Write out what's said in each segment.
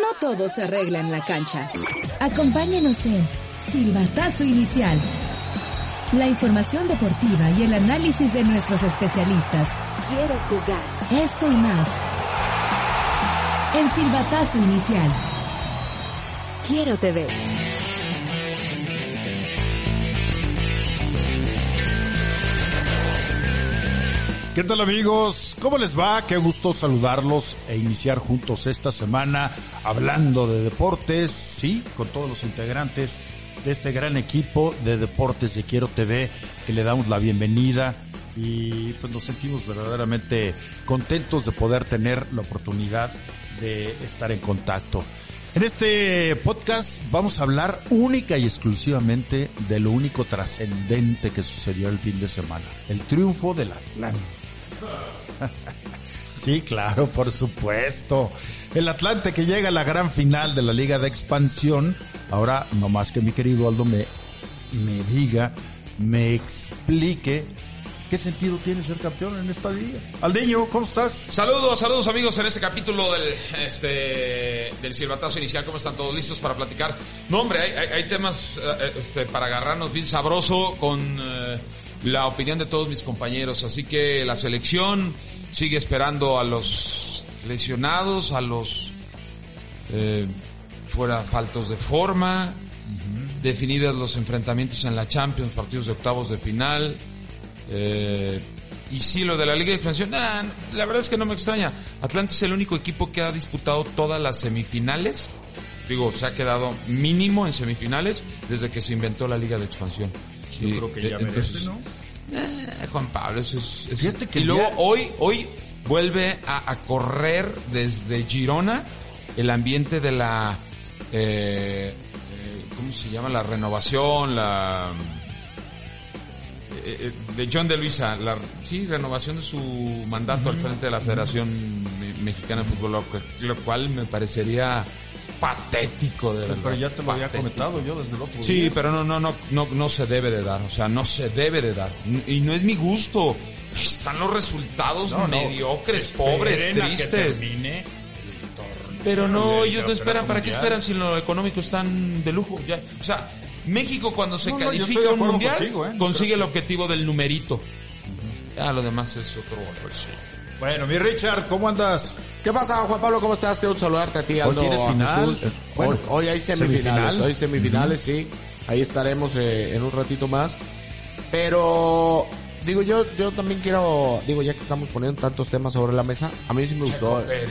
No todo se arregla en la cancha. Acompáñenos en Silbatazo Inicial. La información deportiva y el análisis de nuestros especialistas. Quiero jugar. Esto y más. En Silbatazo Inicial. Quiero te ver. ¿Qué tal amigos? ¿Cómo les va? Qué gusto saludarlos e iniciar juntos esta semana hablando de deportes, sí, con todos los integrantes de este gran equipo de deportes de Quiero TV, que le damos la bienvenida y pues nos sentimos verdaderamente contentos de poder tener la oportunidad de estar en contacto. En este podcast vamos a hablar única y exclusivamente de lo único trascendente que sucedió el fin de semana, el triunfo del Atlante. Sí, claro, por supuesto. El Atlante que llega a la gran final de la Liga de Expansión. Ahora, nomás que mi querido Aldo me, me diga, me explique qué sentido tiene ser campeón en esta liga. Aldeño, ¿cómo estás? Saludos, saludos amigos en este capítulo del, este, del silbatazo inicial. ¿Cómo están todos listos para platicar? No, hombre, hay, hay, hay temas eh, este, para agarrarnos bien sabroso con... eh, la opinión de todos mis compañeros. Así que la selección sigue esperando a los lesionados, a los eh, fuera faltos de forma, definidas los enfrentamientos en la Champions, partidos de octavos de final. eh, y sí, lo de la Liga de Expansión, nah, la verdad es que no me extraña. Atlante es el único equipo que ha disputado todas las semifinales. Digo, se ha quedado mínimo en semifinales desde que se inventó la Liga de Expansión. Y, eh, entonces, eh, Juan Pablo, eso es. es- Fíjate que y luego ya- hoy, hoy vuelve a, a correr desde Girona el ambiente de la. eh, eh, ¿Cómo se llama? La renovación, la. eh, eh, de John de Luisa, la sí, renovación de su mandato al frente de la Federación Me- Mexicana de Fútbol, lo que- lo cual me parecería patético de verdad. Pero ya te lo había patético. comentado yo desde el otro día. Sí, pero no, no, no, no, no se debe de dar. O sea, no se debe de dar. N- Y no es mi gusto. Están los resultados No, no. mediocres, pobres, tristes. Pero no, ellos no esperan. ¿Para qué esperan si en lo económico están de lujo? Ya, o sea, México cuando se No, no, yo estoy califica de a un acuerdo mundial contigo, ¿eh? consigue Pero sí. el objetivo del numerito. Ya lo demás es otro. pues Bueno, mi Richard, ¿cómo andas? ¿Qué pasa, Juan Pablo? ¿Cómo estás? Qué gusto saludarte a ti, Hoy Aldo, tienes a final. Jesús. Eh, bueno, hoy, hoy hay semifinales, semifinal. hoy semifinales, sí. Ahí estaremos eh, en un ratito más. Pero, digo, yo yo también quiero, digo, ya que estamos poniendo tantos temas sobre la mesa, a mí sí me gustó. eh,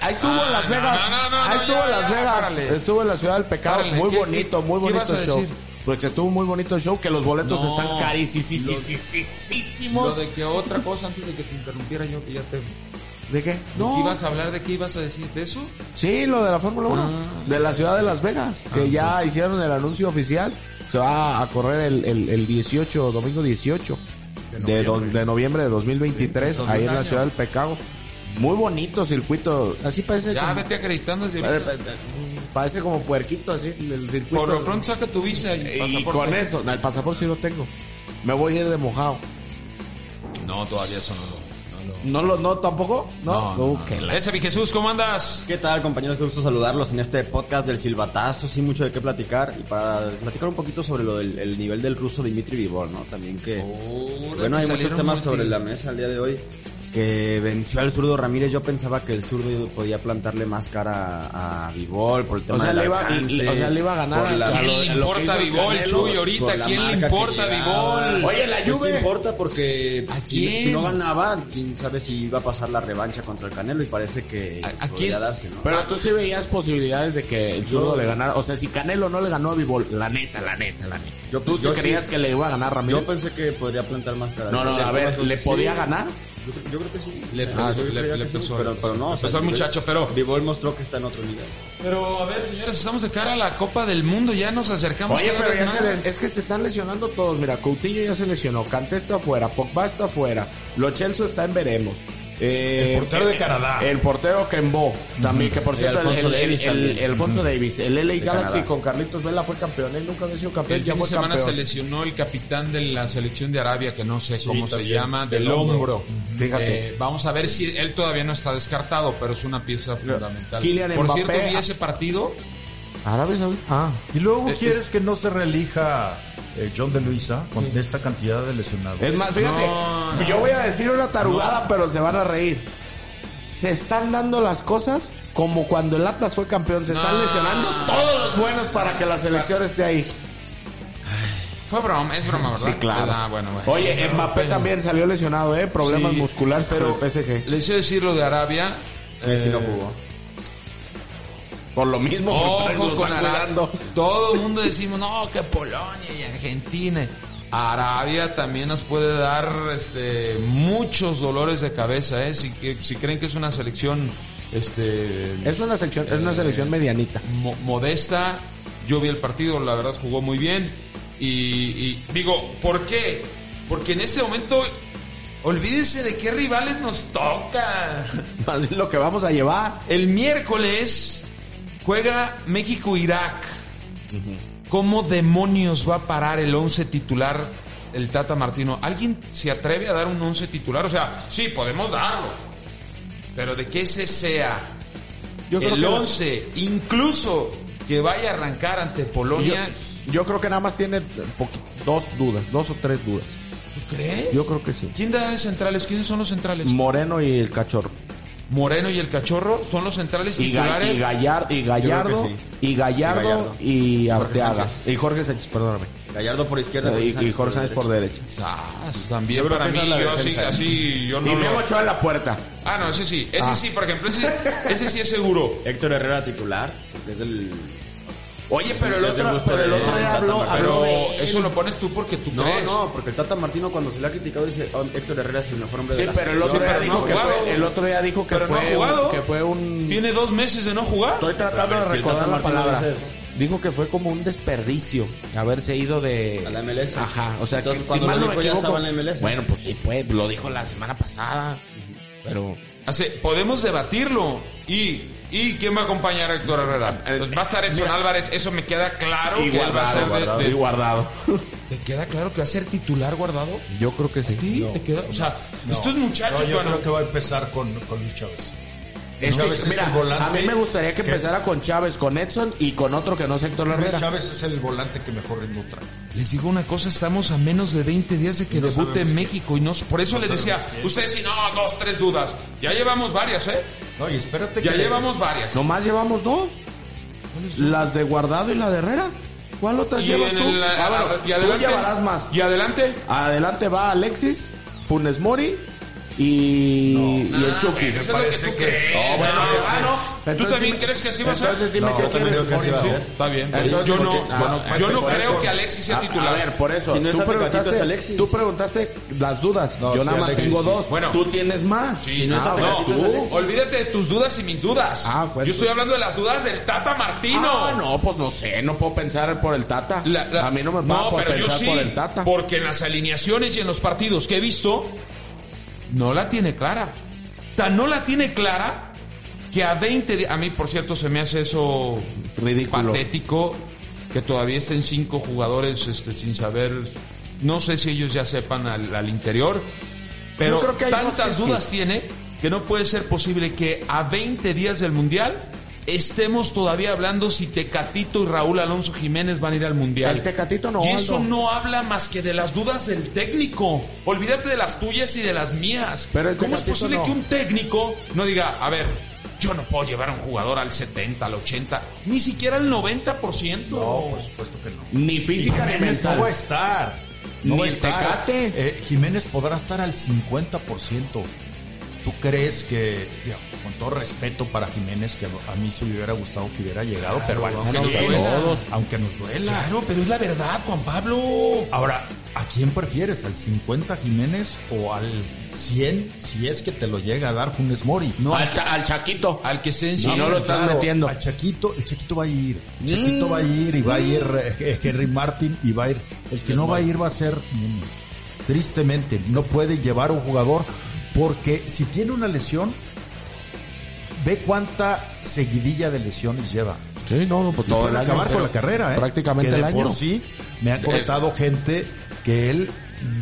Ahí estuvo en Las Vegas, Ah, no, no, no, ahí no, estuvo ya, en Las ya, Vegas, párale. estuvo en la Ciudad del Pecado, Párale, muy ¿qué- bonito, muy qué- qué bonito ibas a el show. decir? Pues que estuvo muy bonito el show, que los boletos No, están lo- Lo carísimos. de que otra cosa antes de que te interrumpiera yo que ya te. ¿De qué? ¿Qué ibas a hablar de qué ibas a decir de eso? Sí, lo de la Fórmula 1, Ah. de la ciudad de Las Vegas, que ya hicieron el anuncio oficial, se va a correr el, el, el 18, domingo 18 de do- de noviembre de, 2023, ahí en la ciudad del pecado. Muy bonito circuito, así parece Ya como- vete acreditando. desde pare- ahorita. pare- parece como puerquito así el circuito. Por lo pronto saca tu visa y, y pasaporte. con eso, no, el pasaporte sí lo tengo. Me voy a ir de mojado. No, todavía eso no lo- no lo- No lo no tampoco? No. No, no, Uh, que la- Ese mi Jesús, ¿cómo andas? ¿Qué tal compañeros? Qué gusto saludarlos en este podcast del silbatazo, sí, mucho de qué platicar y para platicar un poquito sobre lo del el nivel del ruso Dimitri Vivol, ¿no? También que... bueno, hay muchos temas sobre la mesa el día de hoy que venció al zurdo Ramírez, yo pensaba que el zurdo podía plantarle más cara a, a Vivol por el tema O sea, del le iba- alcance, y- y- o sea, le iba a ganar por a- ¿Quién le a lo que importa a hizo Vivol, Canelo, Chuy, por ahorita? la ¿Quién le marca que importa a llevaba. Vivol? Oye, la Pues Juve. sí importa porque ¿A si- quién? si no ganaba, quién sabe si iba a pasar la revancha contra el Canelo y parece que ¿A- a podría quién? darse, ¿no? Pero tú sí veías posibilidades de que el zurdo le ganara. O sea, si Canelo no le ganó a Vivol, la neta, la neta, la neta. Yo- ¿Tú sí yo creías sí. que le iba a ganar Yo Ramírez? pensé que podría plantar más cara. no, no, De a ver, acuerdo, ¿le sí. podía ganar? Yo, cre- yo creo que sí. Le, Eh, pesó- yo le- creía le que sí, pesó, pero, pero no. le o sea, pesó al Bivol- muchacho, pero- Bivol mostró que está en otro nivel. Pero a ver, señores, estamos de cara a la Copa del Mundo, ya nos acercamos. Oye, cada pero vez ya se más. les- es que se están lesionando todos. Mira, Coutinho ya se lesionó, Kanté está afuera, Pogba está afuera, Lo Celso está en veremos. Eh, El portero de Canadá. El portero Kembo, también, que por Y cierto, el, el- Alfonso el- Davis el- también. el Alfonso Davis, el LA Galaxy Canadá. con Carlitos Vela fue campeón, él nunca había sido campeón, El ya fin de fue semana se campeón. lesionó el capitán de la selección de Arabia, que no sé cómo se también, llama, del, del hombro. hombro. Ujú. Fíjate. Eh, vamos a ver si él todavía no está descartado, pero es una pieza fundamental. Kylian Por Mbappé- ah. cierto, vi ese partido. Arabia Saudita. Ah, Y luego Eh, quieres que no se reelija eh, John de Luisa con esta cantidad de lesionados. es más, fíjate, No, no. yo voy a decir una tarugada, pero se van a reír. Se están dando las cosas como cuando el Atlas fue campeón, se están No. lesionando todos los buenos para que la selección esté ahí. Fue broma, es broma, ¿verdad? Sí, claro. Ah, bueno, bueno. Oye, Mbappé también salió lesionado, ¿eh? Problemas Sí, musculares pero- pero el PSG. Les hice decir lo de Arabia. Messi no jugó. Por lo mismo, Ojo con Arabia. Todo el mundo decimos, no, que Polonia y Argentina. Arabia también nos puede dar este, muchos dolores de cabeza, ¿eh? Si, si creen que es una selección este, Es una selección, es una selección medianita. mo- modesta. Yo vi el partido, la verdad jugó muy bien. Y, y digo, ¿por qué? Porque en este momento, olvídense de qué rivales nos toca. Así es lo que vamos a llevar. El miércoles juega México-Irak. ¿Cómo demonios va a parar el 11 titular el Tata Martino? ¿Alguien se atreve a dar un 11 titular? O sea, sí, podemos darlo. Pero de que ese sea Yo creo el que- 11, incluso que vaya a arrancar ante Polonia, Yo creo que nada más tiene poqui- dos dudas, dos o tres dudas. ¿tú crees? Yo creo que sí. ¿Quién da de centrales? ¿Quiénes son los centrales? Moreno y el cachorro. Moreno y el Cachorro son los centrales Y, Ga- titulares. y Gallar- y Yo Gallardo, creo que y Gallardo, Gallardo. y Jorge Arteaga. Sánchez. Y Jorge Sánchez, perdóname. Gallardo por izquierda. Eh, Y, y Jorge Sánchez por derecha. Zas, también Yo creo para que mí, esa es la yo así, defensa, ¿eh? así, yo no Y lo- Memo Ochoa en la puerta. Ah, no, ese sí, ese sí, por ejemplo, ese, ese sí es seguro. Héctor Herrera titular, que es el... Oye, pero el Es del otro, gusto pero el de- otro del día habló, Tata pero Martino. eso lo pones tú porque tú No, crees. no, porque el Tata Martino cuando se le ha criticado dice "Oh, Héctor Herrera es el mejor hombre Sí, de la pero el selección". otro día pero no dijo que ha jugado. fue, el otro día dijo que Pero no ha fue, un- jugado. que fue un Tiene dos meses de no jugar. Estoy tratando Pero a ver, de si el recordar Tata la Martino palabra. dice eso. Dijo que fue como un desperdicio haberse ido de A la MLS. Ajá, o sea, que, Entonces, si cuando mal lo no me dijo, ya equivoco. estaba en la MLS. Bueno, pues sí, pues lo dijo la semana pasada, pero Así, podemos debatirlo. ¿Y, ¿Y quién va a acompañar a Héctor Herrera? Eh, Pues va a estar Edson Álvarez, eso me queda claro que él va a ser de- de- y guardado. ¿Te queda claro que va a ser titular guardado? Yo creo que sí. Sí, te queda. O sea, No. estos muchachos, No, yo bueno, creo que va a empezar con, con Luis Chávez. Es que, Chávez es mira, el volante a mí me gustaría que que- empezara con Chávez, con Edson y con otro que no es Héctor Luis Herrera. Chávez es el volante que mejor ritmo trae. Les digo una cosa, estamos a menos de 20 días de que No debute sabemos en México y no, por eso les decía, ustedes sí, no, dos, tres dudas. Ya llevamos varias, ¿eh? No, y espérate Ya que... llevamos varias. Nomás llevamos dos. Las de Guardado y la de Herrera. ¿Cuál otra Y, llevas en tú? el- Ah, bueno, y tú llevarás más. Y adelante. Adelante va Alexis, Funes Mori y, y el Chucky. Eso es lo que tú crees. No, bueno, Ah, que sí. no. ¿Tú Entonces también dime- crees que así va a ser? Entonces dime No, qué yo también quieres. creo que así va a Mori. ser. Está bien. Entonces, yo ¿por no, qué? yo Ah, no- ah, yo no por creo eso. que Alexis sea A- titular. A, ver, por eso. Si no tú, está el Tecatito, preguntaste, es Alexis. tú preguntaste las dudas. No, yo sí, nada más Alexis, tengo sí. dos. Bueno. tú tienes más. Sí, no, Ah, está- bueno, no, tú. olvídate de tus dudas y mis dudas. Ah, bueno. Yo estoy hablando de las dudas del Tata Martino. Ah, no, pues no sé, no puedo pensar por el Tata. La- la- a mí no me paga por pero yo pensar sí, por el Tata. Porque en las alineaciones y en los partidos que he visto, no la tiene clara. Tan no la tiene clara que a 20 días. A mí, por cierto, se me hace eso Ridículo. patético que todavía estén cinco jugadores este, sin saber. No sé si ellos ya sepan al, al interior, pero Yo creo que hay tantas dos que sí. dudas tiene que no puede ser posible que a 20 días del Mundial estemos todavía hablando si Tecatito y Raúl Alonso Jiménez van a ir al Mundial. El Tecatito no, Y eso Aldo. no habla más que de las dudas del técnico. Olvídate de las tuyas y de las mías. Pero el ¿Cómo es Tecatito posible no. que un técnico no diga, a ver, yo no puedo llevar a un jugador al 70, al 80, ni siquiera al 90%? No, por supuesto que no. pues, Ni física ni Jiménez no va a mental. estar. No Ni va a estar. Tecate. Eh, Jiménez podrá estar al 50%. ¿Tú crees que, digo, con todo respeto para Jiménez, que a mí se me hubiera gustado que hubiera llegado, pero al aunque nos Celta, duela. aunque nos duela. Claro, pero es la verdad, Juan Pablo. Ahora, ¿a quién prefieres? ¿Al 50 Jiménez o al 100 si es que te lo llega a dar Funes Mori? No, al, ta- al Chaquito. Al que esté en Si no lo estás Claro, metiendo. Mm. Al Chaquito, el Chaquito va a ir. El Chaquito va a ir y va a ir eh, Henry Martin y va a ir. El que no va a ir va a ser Jiménez. Tristemente, no puede llevar un jugador porque si tiene una lesión, ve cuánta seguidilla de lesiones lleva. Sí, no, no, pues todo Puede el año. acabar con pero la carrera, ¿eh? Prácticamente Que de el año. Por sí, me han contado gente que él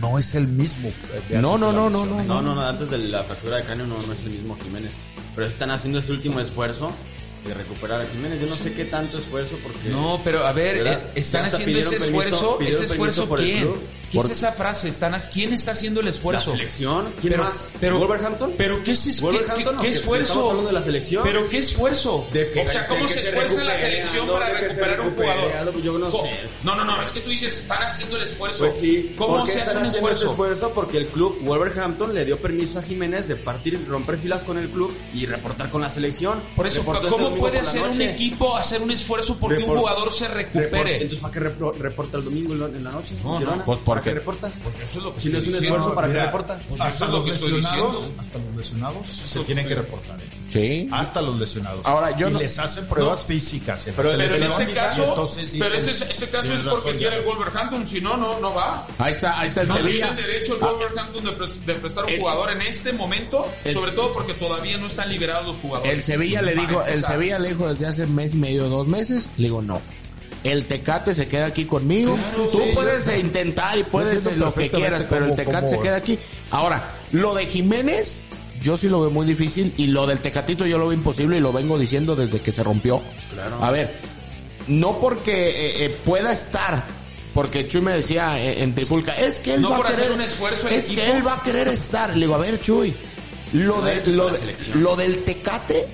no es el mismo. eh, de No, antes de no, la no, lesión, no, ¿eh? No, no, no, antes de la fractura de cráneo no, no es el mismo Jiménez. Pero están haciendo ese último esfuerzo de recuperar a Jiménez. Yo no sé qué tanto esfuerzo porque... No, pero a ver, ¿Verdad? eh, están Ya hasta haciendo ese pidieron permiso- esfuerzo. pidieron ¿Ese permiso esfuerzo por el quién? club. ¿Qué Por- es esa frase? Están, as- ¿Quién está haciendo el ¿La esfuerzo? selección? ¿Quién pero, más? Pero, ¿Wolverhampton? ¿Pero qué, es, qué- qué, ¿Wolverhampton? qué ¿O que estamos esfuerzo? hablando de la selección? ¿Pero qué esfuerzo? De que- o sea, ¿cómo de que se se esfuerza la recupere, selección no, para de que se recuperar un recupere, jugador? algo, Pues yo no Co- sé. No, no, no, es que tú dices, están haciendo el esfuerzo. Pues sí. ¿Cómo ¿Por qué se hace están un haciendo ese esfuerzo? esfuerzo? Porque el club Wolverhampton le dio permiso a Jiménez de partir, romper filas con el club y reportar con la selección. Por eso, Reportó este ¿cómo domingo puede por la hacer un noche. equipo hacer un esfuerzo porque un Report- jugador se Report- recupere? Entonces, ¿para qué repro- reporta el domingo en la- en la noche? No, no, Girona? pues, ¿por ¿Para qué? qué reporta? Pues eso es lo que Si no es estoy diciendo. un esfuerzo, ¿para qué Mira, reporta? eso hasta es lo los que estoy lesionados, diciendo. hasta los lesionados se lo tienen que- que reportar. ¿eh? Sí. Hasta los lesionados. Ahora, yo y no- les hacen pruebas físicas. Pero, se pero en les este van, caso, y entonces pero dicen, ese, ese caso "Tienes es porque razón, quiere el ya". Wolverhampton, si no, no, no va. Ahí está, ahí está el No tiene Sevilla. el derecho el Ah, Wolverhampton de, pres- de prestar un el- jugador en este momento, el- sobre todo porque todavía no están liberados los jugadores. El Sevilla le Para dijo, el empezar. Sevilla le dijo desde hace mes y medio, dos meses, le digo no. El Tecate se queda aquí conmigo. Tú puedes eh, intentar y puedes entiendo eh, lo que perfectamente quieras, pero el cómo- Tecate cómo- se queda aquí. Ahora, lo de Jiménez, yo sí lo veo muy difícil y lo del Tecatito yo lo veo imposible y lo vengo diciendo desde que se rompió. A ver, no porque eh, eh, pueda estar, porque Chuy me decía eh, en Tripulca, es que él No va por a hacer querer, un esfuerzo en es que equipo. él va a querer estar. Le digo, a ver, Chuy, lo, de- lo, de- lo del Tecate,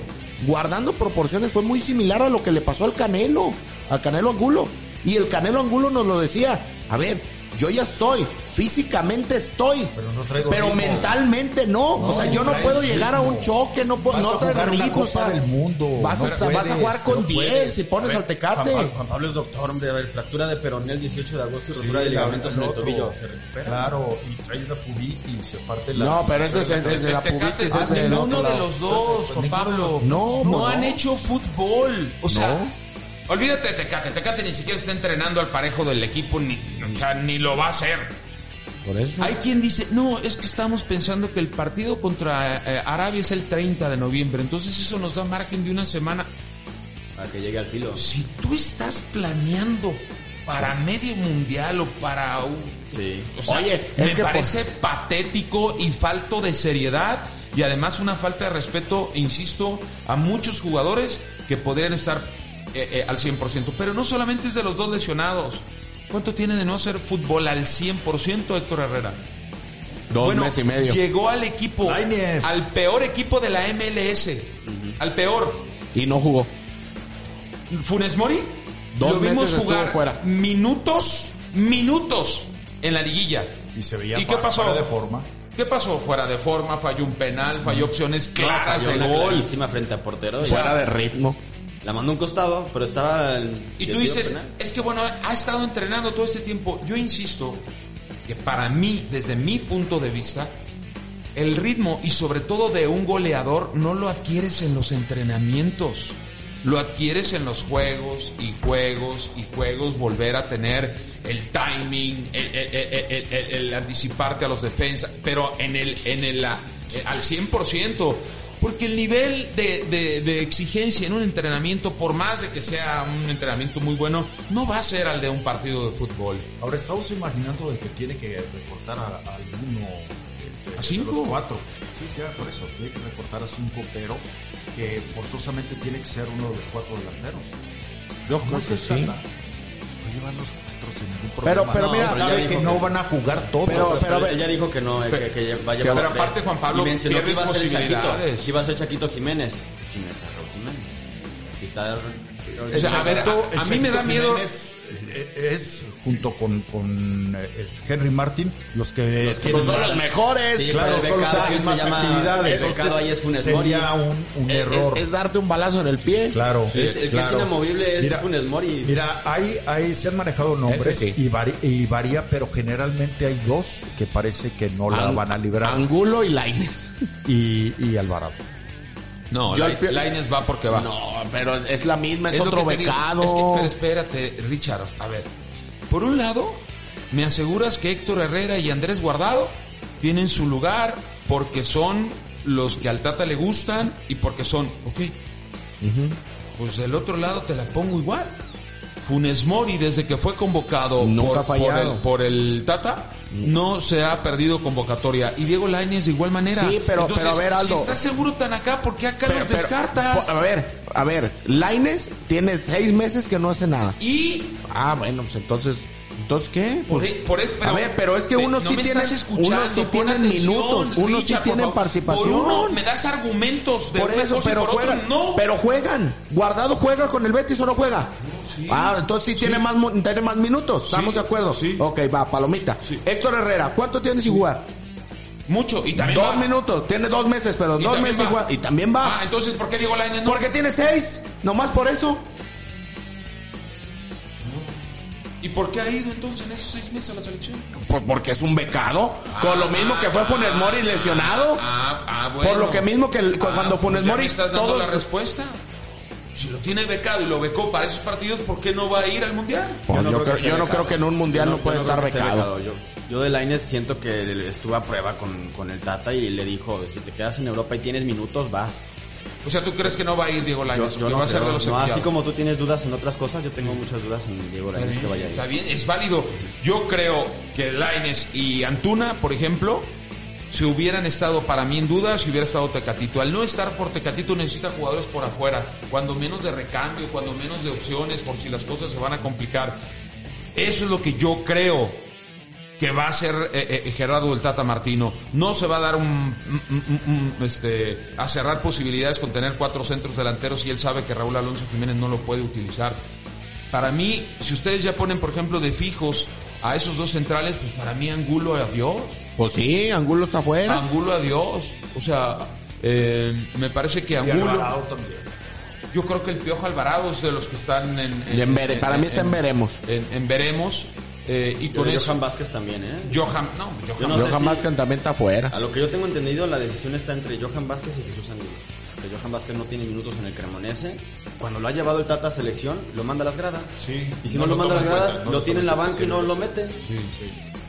guardando proporciones, fue muy similar a lo que le pasó al Canelo, al Canelo Angulo. Y el Canelo Angulo nos lo decía, a ver, yo ya estoy, físicamente estoy, Pero no traigo pero ritmo. mentalmente no. o sea, no yo no traes puedo llegar a un ritmo. choque, no puedo, Vas no a traigo jugar una ritmo, o Copa sea, del Mundo, Vas, no a, estar- vas a puedes, jugar con no 10 puedes. y pones A ver, al Tecate. Juan Pablo, Juan Pablo es doctor, hombre. A ver, fractura de peroné el 18 de agosto y Sí, rotura de la- ligamentos en el otro. tobillo. Se recupera. Claro, y trae una pubitis y aparte la... No, pero ese es el de la Tecate, pubitis, ah, ese es el ninguno otro de lado. los dos, Juan Ninguno de Pablo. los- No, no no. han hecho Pues, fútbol. O sea, No. olvídate de Tecate. Tecate ni siquiera está entrenando al parejo del equipo, ni, o sea, ni lo va a hacer. Por eso. Hay quien dice, no, es que estamos pensando que el partido contra eh, Arabia es el 30 de noviembre, entonces eso nos da margen de una semana. Para que llegue al filo. Si tú estás planeando para medio mundial o para un- Sí. o sea, Oye, me es que pues por- parece patético y falto de seriedad y además una falta de respeto, insisto, a muchos jugadores que podrían estar eh, eh, al 100%. Pero no solamente es de los dos lesionados. ¿Cuánto tiene de no hacer fútbol al 100% Héctor Herrera? Dos bueno, meses y medio. llegó al equipo, Lainez. al peor equipo de la MLS, al peor. Y no jugó. Funes Mori, Dos lo vimos meses estuvo jugar fuera. minutos, minutos en la liguilla. Y se veía ¿Y qué fuera pasó? de forma. ¿Qué pasó? Fuera de forma, falló un penal, falló opciones claras Claras de gol. frente a portero. Fuera de ritmo. La mandó a un costado, pero estaba... en- Y de tú tiro dices, penal. es que bueno, ha estado entrenando todo este tiempo. Yo insisto que para mí, desde mi punto de vista, el ritmo y sobre todo de un goleador no lo adquieres en los entrenamientos. Lo adquieres en los juegos y juegos y juegos, volver a tener el timing, el, el- el- el- el- el anticiparte a los defensas, pero en el, en el, a- eh, al 100%, porque el nivel de, de- de exigencia en un entrenamiento, por más de que sea un entrenamiento muy bueno, no va a ser al de un partido de fútbol. Ahora estamos imaginando de que tiene que reportar a, a alguno este, ¿A cinco? de los cuatro. Sí, ya, por eso, tiene que reportar a cinco, pero que forzosamente tiene que ser uno de los cuatro delanteros. Yo creo que sí. llevan los cuatro sin ningún problema. pero No, mira, ya sabe dijo que que- no van a jugar todos. Pero- pues, Pero, ve- él ya dijo que no, eh, Pero- que, que va a pero llevar a tres. aparte, Juan Pablo, y mencionó que pierdes iba a ser el Chaquito, Pues, posibilidades. que iba a ser Chaquito Jiménez. Jiménez, claro, Jiménez. Si está... O sea, a ver, a- a mí me da miedo- Es, eh, es, junto con, con eh, este Henry Martin los que quieren son más. los Mejores, Sí, Claro, pero el solo becado saben se más llama- actividades. el becado ahí es Funes sería Mori. Eh, un, un Es- error. Es, es darte un balazo en el pie. Claro. Es- el que claro. es inamovible es Funes Mori. Mira, hay, hay, se han manejado nombres Ese sí. y, vari- y varía, pero generalmente hay dos que parece que no la Ang- van a librar. Angulo y Laines. Y, y Alvarado. No, Yo Lai- al pi- Lainez va porque va. No, pero es la misma, es, lo otro que te digo. becado. Es que, pero espérate, Richard, a ver. Por un lado, me aseguras que Héctor Herrera y Andrés Guardado tienen su lugar porque son los que al Tata le gustan y porque son, ok. Pues del otro lado te la pongo igual. Funes Mori, desde que fue convocado por, Nunca ha por el, fallado. Mm. por el Tata, no se ha perdido convocatoria. Y Diego Lainez de igual manera. Sí, pero- pero a ver, Si Aldo. estás seguro tan acá, ¿por qué acá Pero- los pero- descartas? po- a ver, a ver, Laines tiene seis meses que no hace nada. y Ah, bueno, pues entonces, ¿entonces qué? Por, e- por e- pero, Pues, a ver, pero es que te- no uno sí me tiene- estás escuchando, uno sí pon tiene atención, minutos, uno sí Richard, por tiene favor. Por participación. uno me das argumentos de por una eso, cosa y pero por otra juegan, no. pero juegan. Guardado juega con el Betis o no juega. Ah, entonces sí, tiene más mu- tiene más minutos, estamos de acuerdo. sí. Ok, va, palomita. Héctor Herrera, ¿cuánto tiene sin jugar? Mucho y también dos va. minutos, tiene dos meses, pero Y dos también meses sin va. jugar. Y también va. Ah, entonces ¿por qué Diego Lainez no? Porque tiene seis, nomás por eso. ¿Y por qué ha ido entonces en esos seis meses a la selección? Pues porque es un becado. con lo mismo que fue Funes Mori lesionado. Ah, ah, bueno. Por lo que mismo que el- cu- Ah, cuando Funes pues ya Mori me estás dando todos- la respuesta. Si lo tiene becado y lo becó para esos partidos, ¿por qué no va a ir al mundial? Pues yo, no creo creo, que esté yo no becado. creo que en un mundial no, yo puede no creo estar que esté becado. Yo, yo de Laines siento que estuve a prueba con, con el Tata y le dijo, si te quedas en Europa y tienes minutos, vas. O sea, ¿tú crees que no va a ir Diego Yo, Lainez? yo Que no va a ser creo. de los No, enviados. así como tú tienes dudas en otras cosas, yo tengo muchas dudas en Diego Laines que vaya a ir. Está bien, es válido. Yo creo que Laines y Antuna, por ejemplo, si hubieran estado para mí en duda, si hubiera estado Tecatito. Al no estar por Tecatito necesita jugadores por afuera, cuando menos de recambio, cuando menos de opciones, por si las cosas se van a complicar. Eso es lo que yo creo que va a ser eh, eh, Gerardo el Tata Martino. No se va a dar un, mm, un- un- un, este, a cerrar posibilidades con tener cuatro centros delanteros y él sabe que Raúl Alonso Jiménez no lo puede utilizar. Para mí, si ustedes ya ponen, por ejemplo, de fijos a esos dos centrales, pues para mí Angulo adiós. Pues sí, Angulo está afuera. Angulo adiós. O sea, eh, me parece que Y Alvarado Angulo. también. Yo creo que el Piojo Alvarado es de los que están en. Y en vere- para mí está en veremos. En, en veremos. eh, y Yo con de eso. Johan Vázquez también, ¿eh? Johan. No, Johan. Yo no sé Johan si- Vázquez también está afuera. A lo que yo tengo entendido, la decisión está entre Johan Vázquez y Jesús Angulo. Que Johan Vázquez no tiene minutos en el Cremonese. Cuando lo ha llevado el Tata a selección, lo manda a las gradas. Sí. Y si No lo no, lo manda a las toma en gradas, cuenta, no lo lo tiene en toma la en banca y cuenta, no lo no mete.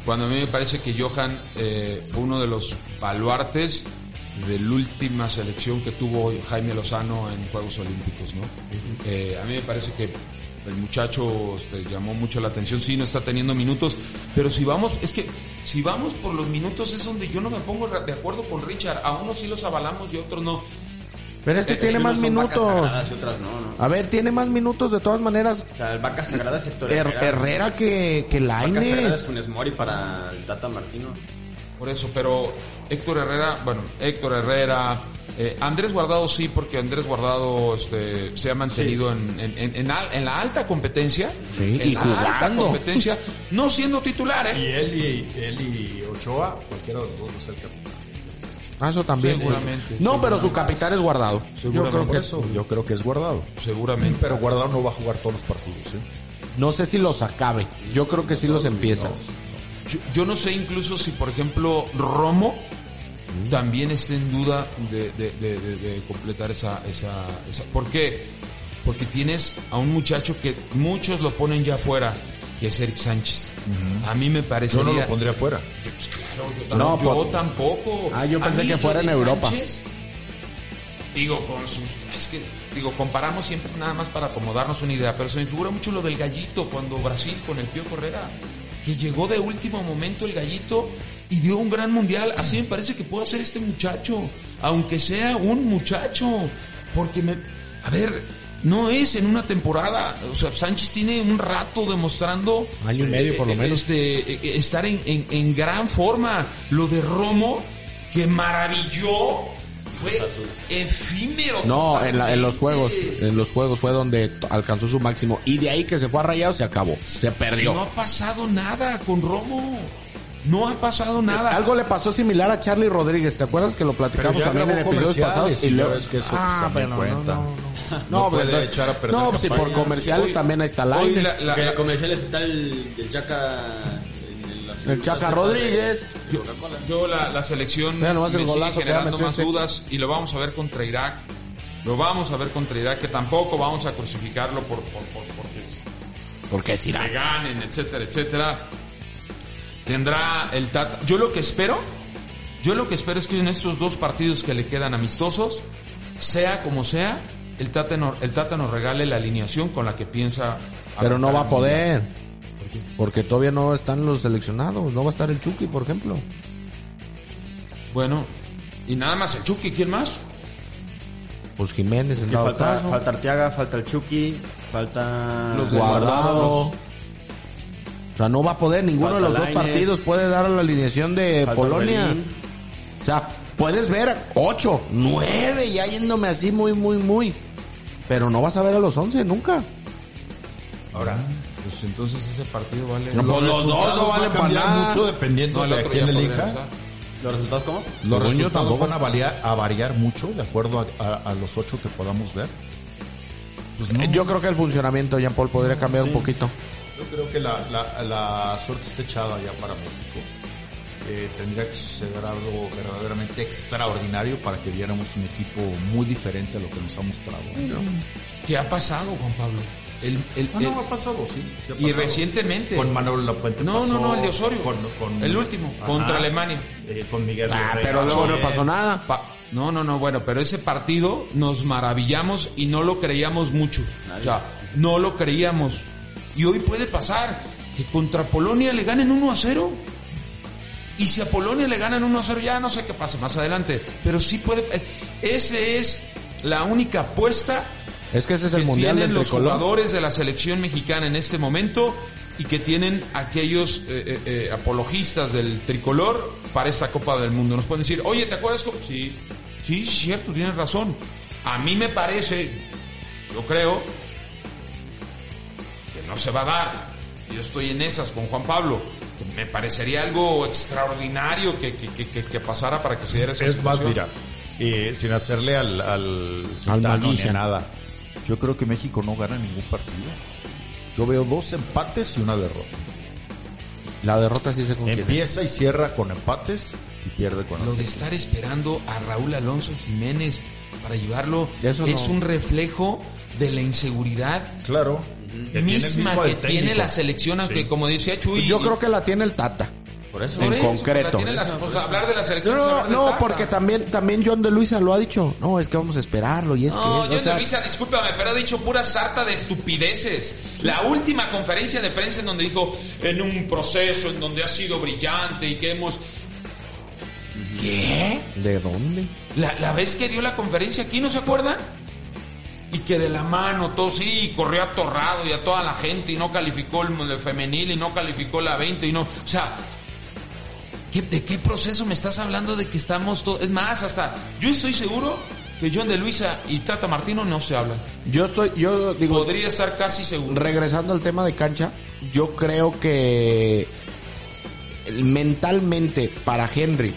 Cuando a mí me parece que Johan eh, fue uno de los baluartes de la última selección que tuvo Jaime Lozano en Juegos Olímpicos, ¿no? Eh, a mí me parece que el muchacho este, llamó mucho la atención, sí, no está teniendo minutos, pero si vamos, es que si vamos por los minutos es donde yo no me pongo de acuerdo con Richard, a unos sí los avalamos y a otros no. Pero este Eh, tiene unos más son vacas minutos. sagradas y otras no, ¿no? A ver, tiene más minutos de todas maneras. O sea, el vaca sagrada es Héctor Her- Herrera. Herrera que, que Vaca sagrada es Laines. Funes Mori para el Tata Martino. Por eso, pero Héctor Herrera, bueno, Héctor Herrera, eh, Andrés Guardado sí, porque Andrés Guardado este, se ha mantenido en, en- en- en al- en la alta competencia. Sí, en y la alta jugando. competencia, no siendo titular, Y ¿eh? él y, él y Ochoa, cualquiera de los dos va a ser capitán. Ah, eso también. güey. Seguramente, no, pero su capital es guardado. Yo creo, que, yo creo que es guardado. Seguramente. Pero guardado no va a jugar todos los partidos. ¿eh? No sé si los acabe. Yo creo que sí los empieza. Yo, yo no sé incluso si, por ejemplo, Romo también está en duda de, de- de- de- de completar esa, esa, esa. ¿Por qué? Porque tienes a un muchacho que muchos lo ponen ya afuera, que es Eric Sánchez. A mí me parece Yo no lo pondría afuera. Pues claro, yo, tam- No, yo por- tampoco. Ah, yo A pensé mí que lo fuera de en Europa. Sánchez, digo, con sus. Es que, digo, comparamos siempre nada más para acomodarnos una idea, pero se me figura mucho lo del gallito cuando Brasil con el Pío Correa, que llegó de último momento el gallito y dio un gran mundial. Así me parece que puede hacer este muchacho, aunque sea un muchacho, porque me. A ver. No es en una temporada, o sea, Sánchez tiene un rato demostrando Año y medio, por lo eh, menos. este, eh, eh, estar en, en- en gran forma. Lo de Romo, que maravilló, fue efímero. No, en, la- en los totalmente. juegos, en los juegos fue donde t- alcanzó su máximo y de ahí que se fue a Rayados se acabó, se No perdió. ha pasado nada con Romo. No ha pasado nada. Algo le pasó similar a Charlie Rodríguez, ¿te acuerdas que lo Pero platicamos ya también en grabó episodios comerciales pasados? y luego- ya ves que eso pues, ah, también bueno, cuenta. no, no, no. No No, puede pero- echar a perder no, pues, si por campañas. comerciales Hoy- también ahí está Hoy Lainez. la- la- Porque de comerciales está el, el Chaca. en las- El Chaca las- Rodríguez. Yo la, la selección Mira nomás el me sigue golazo que va generando a meter más ese- dudas y lo vamos a ver contra Irak. Lo vamos a ver contra Irak, que tampoco vamos a crucificarlo por, por, por- porque Porque es le Irán. ganen, etcétera, etcétera. Tendrá el Tata. Yo lo que espero, yo lo que espero es que en estos dos partidos que le quedan amistosos, sea como sea, el Tata, no- el Tata nos regale la alineación con la que piensa. Pero no arrancar va a el poder. Porque todavía no están los seleccionados. No va a estar el Chucky, por ejemplo. Mundial. Bueno, y nada más el Chucky, ¿quién más? Pues Jiménez Es en que dado falta, caso. falta Arteaga, falta el Chucky, falta. Los guardado. Guardado, O sea, no va a poder. Ninguno de los Falta dos Lainez. partidos puede dar la alineación de falta Polonia. Orbelín. O sea, puedes ver ocho, nueve, ya yéndome así muy, muy, muy. Pero no vas a ver a los 11 nunca. Ahora, Ah, pues entonces ese partido vale. No, pues los dos no resultados van valen a para cambiar nada. mucho dependiendo No, el de a otro quién ya podría elija. usar. ¿Los resultados cómo? Los Según yo, resultados tampoco. van a variar, a variar mucho de acuerdo a, a- a los ocho que podamos ver. Pues no. Eh, Yo creo que el funcionamiento, Jean Paul, podría cambiar un poquito. Yo creo que la, la- la suerte está echada ya para México. Eh, tendría que ser algo verdaderamente extraordinario para que viéramos un equipo muy diferente a lo que nos ha mostrado. ¿Qué ha pasado, Juan Pablo? El, el- Ah, el- no, ha pasado, sí. sí ha y pasado. recientemente. Con Manuel Lapuente No, pasó, no, no, el de Osorio. con- con- El último, Ajá. contra Alemania. Eh, con Miguel Ah, Herrera. pero luego no Eh, pasó nada. Pa- no, no, no, bueno, pero ese partido nos maravillamos y no lo creíamos mucho. O sea, no lo creíamos. Y hoy puede pasar que contra Polonia le ganen 1 a 0. Y si a Polonia le ganan 1 a 0, ya no sé qué pase más adelante. Pero sí puede. eh, Ese es la única apuesta Es que ese Este es el que mundial tienen del los tricolor. jugadores de la selección mexicana en este momento y que tienen aquellos eh, eh, eh, apologistas del tricolor para esta Copa del Mundo. Nos pueden decir, oye, ¿te acuerdas? cómo-?" Sí, sí, cierto, tienes razón. A mí me parece, yo creo, que no se va a dar. Yo estoy en esas con Juan Pablo. Me parecería algo extraordinario que, que- que- que- que pasara para que se diera esa Es más, situación. mira, eh, sin hacerle al, al, sultano ni magician. nada. Yo creo que México no gana ningún partido. Yo veo dos empates y una derrota. La derrota sí se contiene. Empieza y cierra con empates y pierde con Lo empates. de estar esperando a Raúl Alonso Jiménez para llevarlo Eso es no. un reflejo de la inseguridad Claro. que tiene el misma mismo que de tiene técnico. la selección, aunque Sí. como decía Chuy, Yo creo que la tiene el Tata. Por eso. por en eso, concreto. la tiene la- pues, hablar de la No, selección es no, hablar del no, Tata. porque también, también John de Luisa lo ha dicho. No, es que vamos a esperarlo y es que... No, o yo sea, discúlpame, pero ha dicho pura sarta de estupideces. La última conferencia de prensa en donde dijo, en un proceso en donde ha sido brillante y que hemos... ¿Qué? ¿De dónde? La, la vez que dio la conferencia aquí, ¿no se acuerdan? Y que de la mano, todo sí, corrió atorrado y a toda la gente y no calificó el, el femenil y no calificó la 20 y no. O sea, ¿qué- ¿de qué proceso me estás hablando de que estamos todos? Es más, hasta yo estoy seguro que John de Luisa y Tata Martino no se hablan. Yo estoy, yo digo, Podría estar casi seguro. regresando al tema de cancha, yo creo que mentalmente para Henry,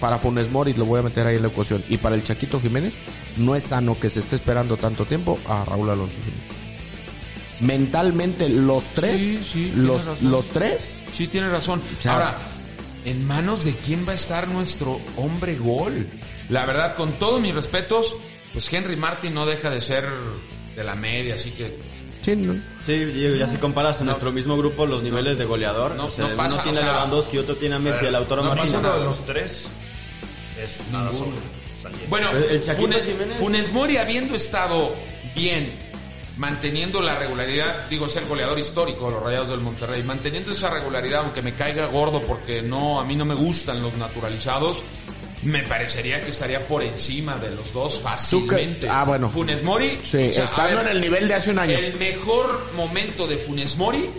para Funes Mori, lo voy a meter ahí en la ecuación, y para el Chaquito Jiménez, no es sano que se esté esperando tanto tiempo a Raúl Alonso Jiménez. Mentalmente, los tres, Sí, sí, tienes los, razón. los tres, Sí, tiene razón. O sea, Ahora, ¿en manos de quién va a estar nuestro hombre gol? La verdad, con todos mis respetos, pues Henry Martin no deja de ser de la media, así que sí, ¿no? Sí, Diego, ya si comparas en nuestro mismo grupo los niveles de goleador, No, o sea, no pasa, uno tiene o sea, a Lewandowski, otro tiene a Messi, el autor No Martín. pasa uno de los tres. Es nada Ninguno. sobre- saliendo. Bueno, El- el Chaquito Funes, Jiménez. Funes Mori habiendo estado bien, manteniendo la regularidad, digo, es el goleador histórico de los Rayados del Monterrey, manteniendo esa regularidad, aunque me caiga gordo porque no, a mí no me gustan los naturalizados, me parecería que estaría por encima de los dos fácilmente. Ah, bueno. Funes Mori, Sí, o sea, a estando ver, en el nivel de hace un año. el mejor momento de Funes Mori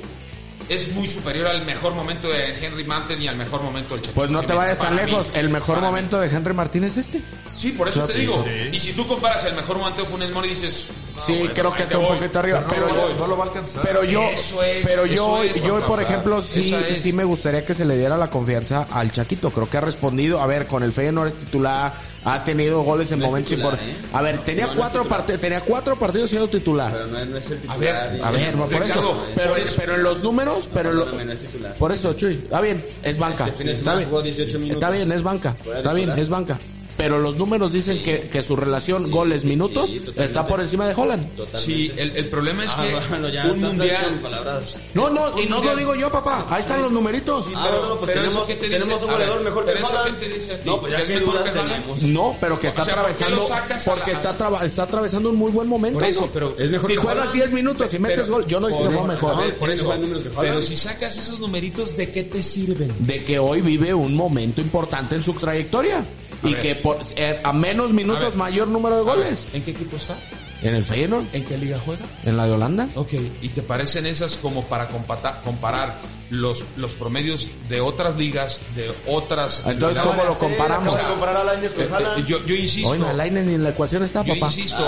es muy superior al mejor momento de Henry Martin y al mejor momento del Chapito Pues no te Jiménez, vayas tan para mí. lejos. El mejor Para mí. momento de Henry Martín es este. Sí, por eso Sí, te digo. sí. Y si tú comparas el mejor momento de Funes Mori, dices. no, Sí, bueno, creo ahí que te está un voy. poquito arriba. No, Pero, no, yo, no, lo va a alcanzar. pero yo, Eso es, pero eso yo, es, yo Juan por Rafael. ejemplo, sí, Esa es. sí me gustaría que se le diera la confianza al Chaquito. Creo que ha respondido. A ver, con el Feyenoord es titular, ha tenido goles en No es momentos titular, importantes. ¿eh? A ver, tenía No, no es cuatro titular. partidos, tenía cuatro partidos siendo Pero titular. no, es- no es el A titular. ver, y- A ver, por Ricardo, eso, pero, pero en los números, pero en lo- Perdóname, no es titular. por eso, Chuy, está bien, es banca. Este fin de Está semana bien. jugó 18 minutos. Está bien, es banca. Fuera Está bien, titular. es banca. Pero los números dicen que, que su relación goles-minutos sí, totalmente. está por encima de Holland. Sí, el, el problema es Ah, que bueno, ya un estás mundial. con palabras. No, no, y no mundial. lo digo yo, papá. Ahí están los numeritos. Ah, no, no, pues pero eso tenemos, que te dice- tenemos un a ver, goleador mejor que pero eso Haaland. que te dice a ti, No, pues que ya es que mejor dudas que Haaland. tenemos. No, pero que está O sea, ¿por qué atravesando. lo sacas a la- Porque está, traba- está atravesando un muy buen momento. Por eso, pero- Es mejor si que juegas Haaland. 10 minutos y Pero- metes gol, yo no dije que fue mejor. Haaland. Por eso. Tiene números que Haaland. Pero si sacas esos numeritos, ¿de qué te sirven? De que hoy vive un momento importante en su trayectoria. y ver. que por- eh, a menos A minutos, ver. mayor número de goles. ¿En qué equipo está? En el Feyenoord, ¿En qué liga juega? en la de Holanda. Ok. ¿Y te parecen esas como para compata- comparar los, los promedios de otras ligas, de otras... Ah, Entonces, ¿cómo lo comparamos? Acaba de comparar a Lainez Eh, con eh, Este, Haaland. yo, yo insisto, Hoy Alain ni en la ecuación está, yo papá. insisto,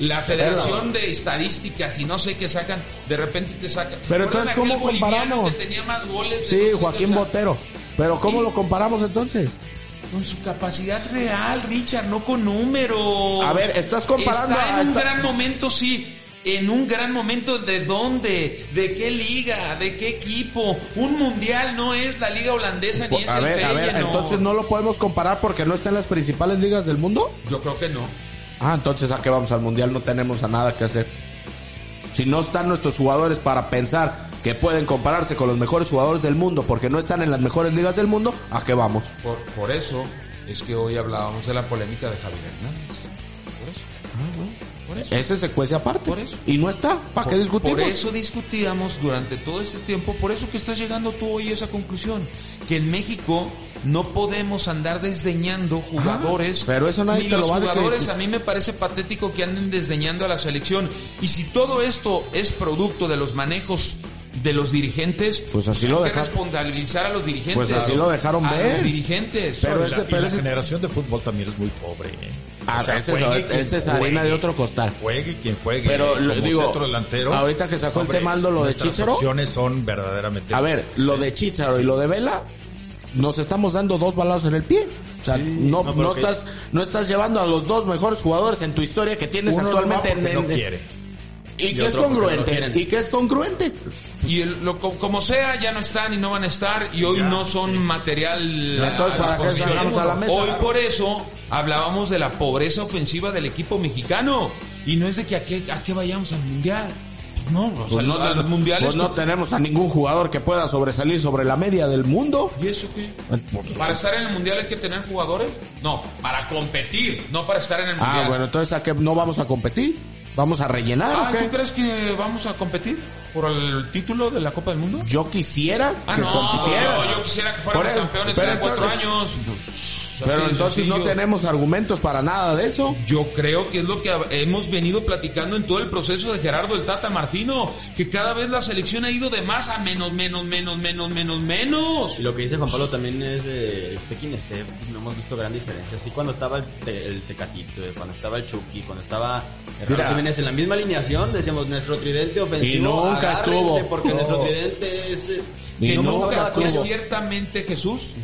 la Federación de Estadísticas y no sé qué sacan, de repente te sacan... Pero ¿Recuerdan entonces, aquel ¿cómo boliviano comparamos? Que tenía más goles de Sí, no sé Joaquín qué, o sea, Botero. Pero ¿cómo lo comparamos entonces? Con su capacidad real, Richard, no con números. A ver, estás comparando Está a- en un está- gran momento, sí. En un gran momento, ¿de dónde? ¿De qué liga? ¿De qué equipo? Un mundial no es la liga holandesa ni es Pues, A el ver, a ver, Feyenoord. entonces no lo podemos comparar porque no está en las principales ligas del mundo. Yo creo que no. Ah, entonces a qué vamos al mundial, no tenemos a nada que hacer. Si no están nuestros jugadores para pensar que pueden compararse con los mejores jugadores del mundo porque no están en las mejores ligas del mundo, ¿a qué vamos? Por, por eso es que hoy hablábamos de la polémica de Javier Hernández. Por eso. Por eso. Ese se cuece aparte. Por eso. Y no está, ¿para qué discutimos? Por eso discutíamos durante todo este tiempo, por eso que estás llegando tú hoy a esa conclusión, que en México no podemos andar desdeñando jugadores. Ah, pero eso nadie ni te lo los va a jugadores decir. a mí me parece patético que anden desdeñando a la selección. Y si todo esto es producto de los manejos de los dirigentes, Pues así lo hay que dejaron. responsabilizar a los dirigentes. Pues así lo dejaron a ver. los dirigentes. Pero Y la, ese- y pero la ese- generación de fútbol también es muy pobre. ¿eh? Ah, ese es- juegue quien ese es harina de otro costal. Juegue quien juegue. Pero, eh, lo- como digo, centro delantero, ahorita que sacó el Temaldo lo de nuestras Chícharo. opciones son verdaderamente. A ver, lo de Chícharo y lo de Vela, nos estamos dando dos balazos en el pie. O sea, no, no, no, pero que- estás, no estás llevando a los dos mejores jugadores en tu historia que tienes Uno no va actualmente en, porque no en- quiere. y Y que es otro porque no congruente. quieren. Y que es congruente. Y el- lo- co- como sea, ya no están y no van a estar y hoy Ya, no son material a- Entonces, a ¿para qué disposición. sacamos a la mesa? Hoy por eso hablábamos de la pobreza ofensiva del equipo mexicano y no es de que a qué, a qué vayamos al mundial. No, o sea, Pues los, los mundiales... pues no tenemos a ningún jugador que pueda sobresalir sobre la media del mundo. ¿Y eso qué? ¿Para estar en el mundial hay que tener jugadores? No, para competir, no para estar en el mundial. Ah, bueno, entonces ¿a qué no vamos a competir? ¿Vamos a rellenar Ah, o ¿Tú qué? crees que vamos a competir por el título de la Copa del Mundo? Yo quisiera Ah, que no, compitieran. yo, yo quisiera que fuéramos Por eso, campeones pero cada cuatro entonces- años. Así Pero de entonces no sencillo. tenemos argumentos para nada de eso. Yo creo que es lo que hab- hemos venido platicando en todo el proceso de Gerardo el Tata Martino, que cada vez la selección ha ido de más a menos, menos, menos, menos, menos, menos. Y lo que dice Juan Pablo también es de este quien esté, no hemos visto gran diferencia. Así cuando estaba el, te- el Tecatito, eh, cuando estaba el Chucky, cuando estaba el Mira. Raúl Jiménez en la misma alineación, decíamos nuestro tridente ofensivo. Y nunca agárrense, estuvo. Porque No. nuestro tridente es. eh, Y Que no nunca pasaba nunca, con que eso. ciertamente Jesús,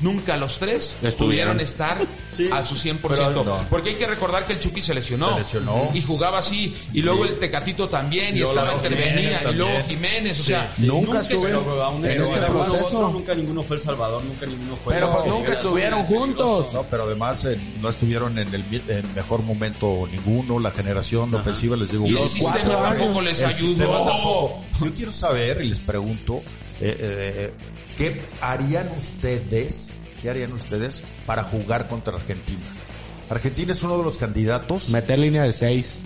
nunca los tres Estuvieron. pudieron estar Sí. a su 100%. Pero no. Porque hay que recordar que el Chucky se lesionó. Se lesionó. Y jugaba así. Y luego el Tecatito también. Y, luego estaba Jiménez intervenía. Y también. luego Jiménez. O sea, Sí, nunca estuve- Pero aún En era este uno u otro, proceso. nunca ninguno fue El Salvador, nunca ninguno fue. Pero pues Oliveira, nunca estuvieron Oliveira, juntos. No, pero además eh, no estuvieron en el mi- en mejor momento ninguno. La generación ofensiva, les digo, y el los sistema cuatro años. tampoco les El sistema ayudó. tampoco. Yo quiero saber y les pregunto, eh, eh, ¿qué harían ustedes? ¿Qué harían ustedes para jugar contra Argentina? Argentina es uno de los candidatos. Meter línea de seis.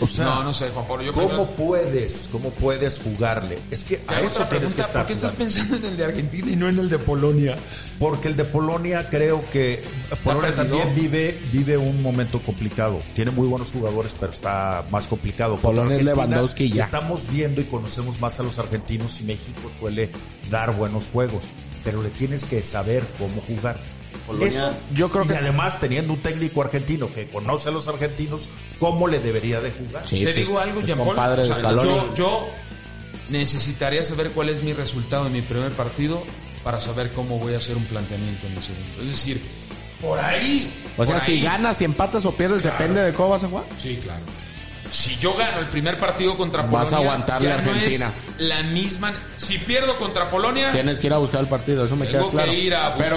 O sea, no, no sé, Juan Pablo. Yo ¿cómo creo- puedes? ¿Cómo puedes jugarle? Es que Te a hago eso otra tienes que pregunta, estar ¿Por qué estás jugando. pensando en el de Argentina y no en el de Polonia? Porque el de Polonia creo que Polonia perdido. también vive, vive un momento complicado. Tiene muy buenos jugadores, pero está más complicado. Contra Polonia es Argentina, Lewandowski ya. Estamos viendo y conocemos más a los argentinos y México suele dar buenos juegos, pero le tienes que saber cómo jugar. Polonia- Eso, yo creo y que- además teniendo un técnico argentino que conoce a los argentinos, cómo le debería de jugar. Sí, Te sí, digo algo, es Jean Paul. compadre O de sea, Scaloni. yo, yo necesitaría saber cuál es mi resultado en mi primer partido para saber cómo voy a hacer un planteamiento en el segundo. Es decir, por ahí. O por sea, si ahí, ganas, si empatas o pierdes, depende de cómo vas a jugar. Sí, claro. Si yo gano el primer partido contra Polonia, Vas a aguantarle ya a Argentina. no es la misma. Si pierdo contra Polonia, Tienes que ir a buscar el partido, eso me Tengo queda claro. que ir a pero, pero,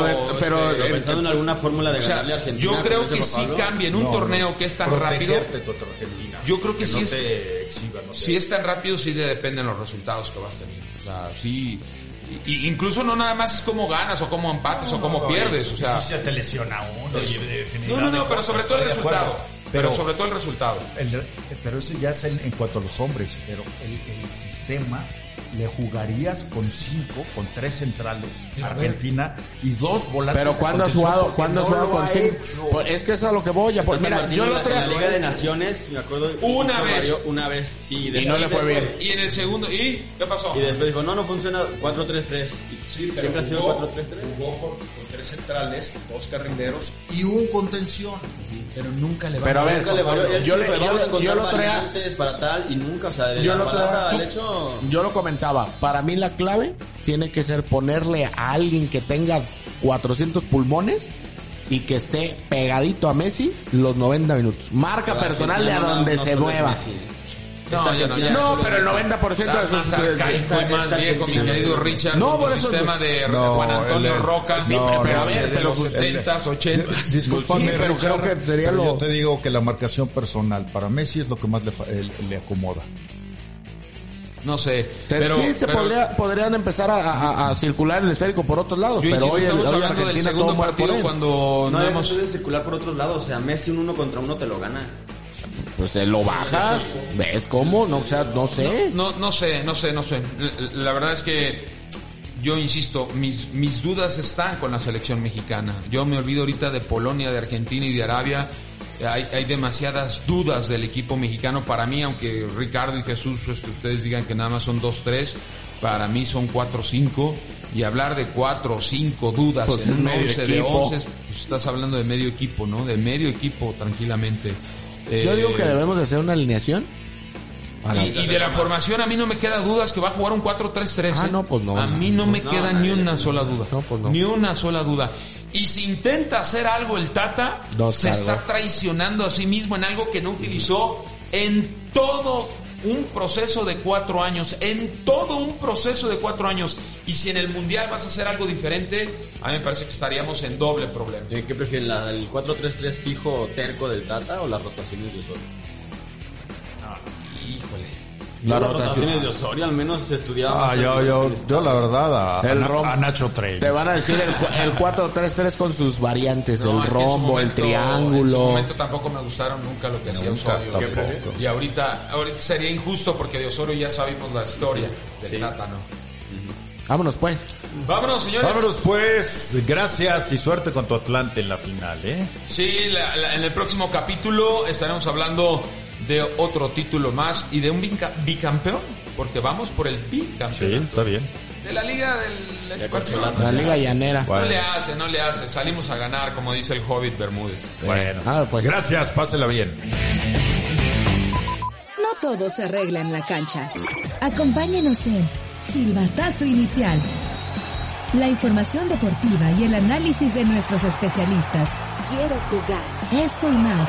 buscarlo, de- pero, este, eh, Pensando en alguna fórmula de o sea, ganarle a Argentina. yo creo como que dice sí Juan Pablo. cambia en un torneo que es tan rápido. Protegerte contra Argentina. Yo creo que sí no es- te exhiba, no te- Si es tan rápido, sí te dependen los resultados que vas teniendo. O sea, sí. y- y incluso no nada más es cómo ganas o cómo empates o cómo pierdes. O sea, Pues, si se te lesiona uno. y infinidad no, no, no, de pero cosas, sobre todo el estoy de acuerdo. resultado. Pero sobre todo el resultado. El- pero eso ya es en, en cuanto a los hombres, pero el, el sistema le jugarías con cinco, con tres centrales a Argentina y dos volantes. pero de ¿cuándo has contención, jugado, porque cuándo has no jugado lo con ha cinco? hecho. Pues es que eso es a lo que voy. Ya, pues, San mira, Martín yo en lo la- otro en la Liga de Naciones, me acuerdo. Una hizo vez. varios- Una vez, sí. Y no le fue bien. Y en el segundo, ¿y qué pasó? Y después dijo, no, no funciona 4-3-3. Y pero Siempre ha sido jugó- 4-3-3. Jugó con, con tres centrales, dos carrileros y un contención. Pero nunca le va Pero a ver, Nunca le valió. Él yo siempre, le- yo vamos a le- encontrar yo lo traía- variantes para tal y nunca, o sea, de Yo la lo traía- palabra al tú- hecho... Yo lo comentaba, para mí la clave tiene que ser ponerle a alguien que tenga 400 pulmones y que esté pegadito a Messi los 90 minutos. Marca personal de a No, no, donde no se solo es mueva. Messi, eh. No, ya no, ya No, eso pero el ya 90% de está sus- más arcaico y esta- más esta viejo, mi Argentina querido no Richard, No, con por tu eso- sistema de No, Juan Antonio el- Roca, Sí, pero- pero a ver, desde pero- los el- 70s, 80s. Disculpame, Sí, pero Richard, creo que sería pero lo- Yo te digo que la marcación personal para Messi es lo que más le, fa- eh, le acomoda. No sé, Pero, pero sí, se pero- podría- podrían empezar a, a- a circular el esférico por otros lados. Yo pero insisto, hoy, el, estamos hoy hablando del Argentina todo segundo muere por partido él. cuando no, No, hemos... hemos de circular por otros lados. O sea, Messi un uno contra uno te lo gana. Pues eh, lo bajas, ves cómo, no, o sea, no sé. No, no sé, no sé, no sé. L- La verdad es que yo insisto, mis, mis dudas están con la selección mexicana. Yo me olvido ahorita de Polonia, de Argentina y de Arabia. Hay, hay demasiadas dudas del equipo mexicano para mí, aunque Ricardo y Jesús, este, ustedes digan que nada más son 2-3, para mí son 4-5. Y hablar de 4 o 5 dudas Pues en es un medio 11 de equipo. 11, pues estás hablando de medio equipo, ¿no? De medio equipo, tranquilamente. Yo Eh, digo que debemos de hacer una alineación. a la- y, y de la formación a mí no me queda dudas que va a jugar un 4-3-3. Ah, ¿eh? no, pues no, A mí no, me queda ni una sola duda. No, pues no. Ni una sola duda. Y si intenta hacer algo el Tata, No se salga. está traicionando a sí mismo en algo que no utilizó en todo un proceso de cuatro años. En todo un proceso de cuatro años. Y si en el Mundial vas a hacer algo diferente, a mí me parece que estaríamos en doble problema. Eh, ¿Qué prefieren? ¿La del 4-3-3 fijo terco del Tata o las rotaciones de Osorio? Híjole. la Las rotación. rotaciones de Osorio al menos se estudiaba. Ah, yo, yo, este. yo la verdad a, El a- rom- a Nacho Trey. Te van a decir el, cu- el 4-3-3 con sus variantes, No, el es que en su rombo, el momento- En su triángulo. momento tampoco me gustaron nunca lo que hacía Nunca, Osorio. tampoco. Y ahorita, ahorita sería injusto porque de Osorio ya sabemos la historia del Tata, ¿no? Vámonos pues. Vámonos, señores. Vámonos pues, gracias y suerte con tu Atlante en la final, ¿eh? Sí, la- la- en el próximo capítulo estaremos hablando de otro título más y de un binca- bicampeón, porque vamos por el bicampeón bien. de la Liga del Expansión. La Liga Llanera. No Bueno. le hace, no le hace. Salimos a ganar, como dice el Hobbit Bermúdez. Bueno, Ah, pues. gracias, pásela bien. No todo se arregla en la cancha. Acompáñenos en Silbatazo Inicial. La información deportiva y el análisis de nuestros especialistas. Quiero jugar. Esto y más.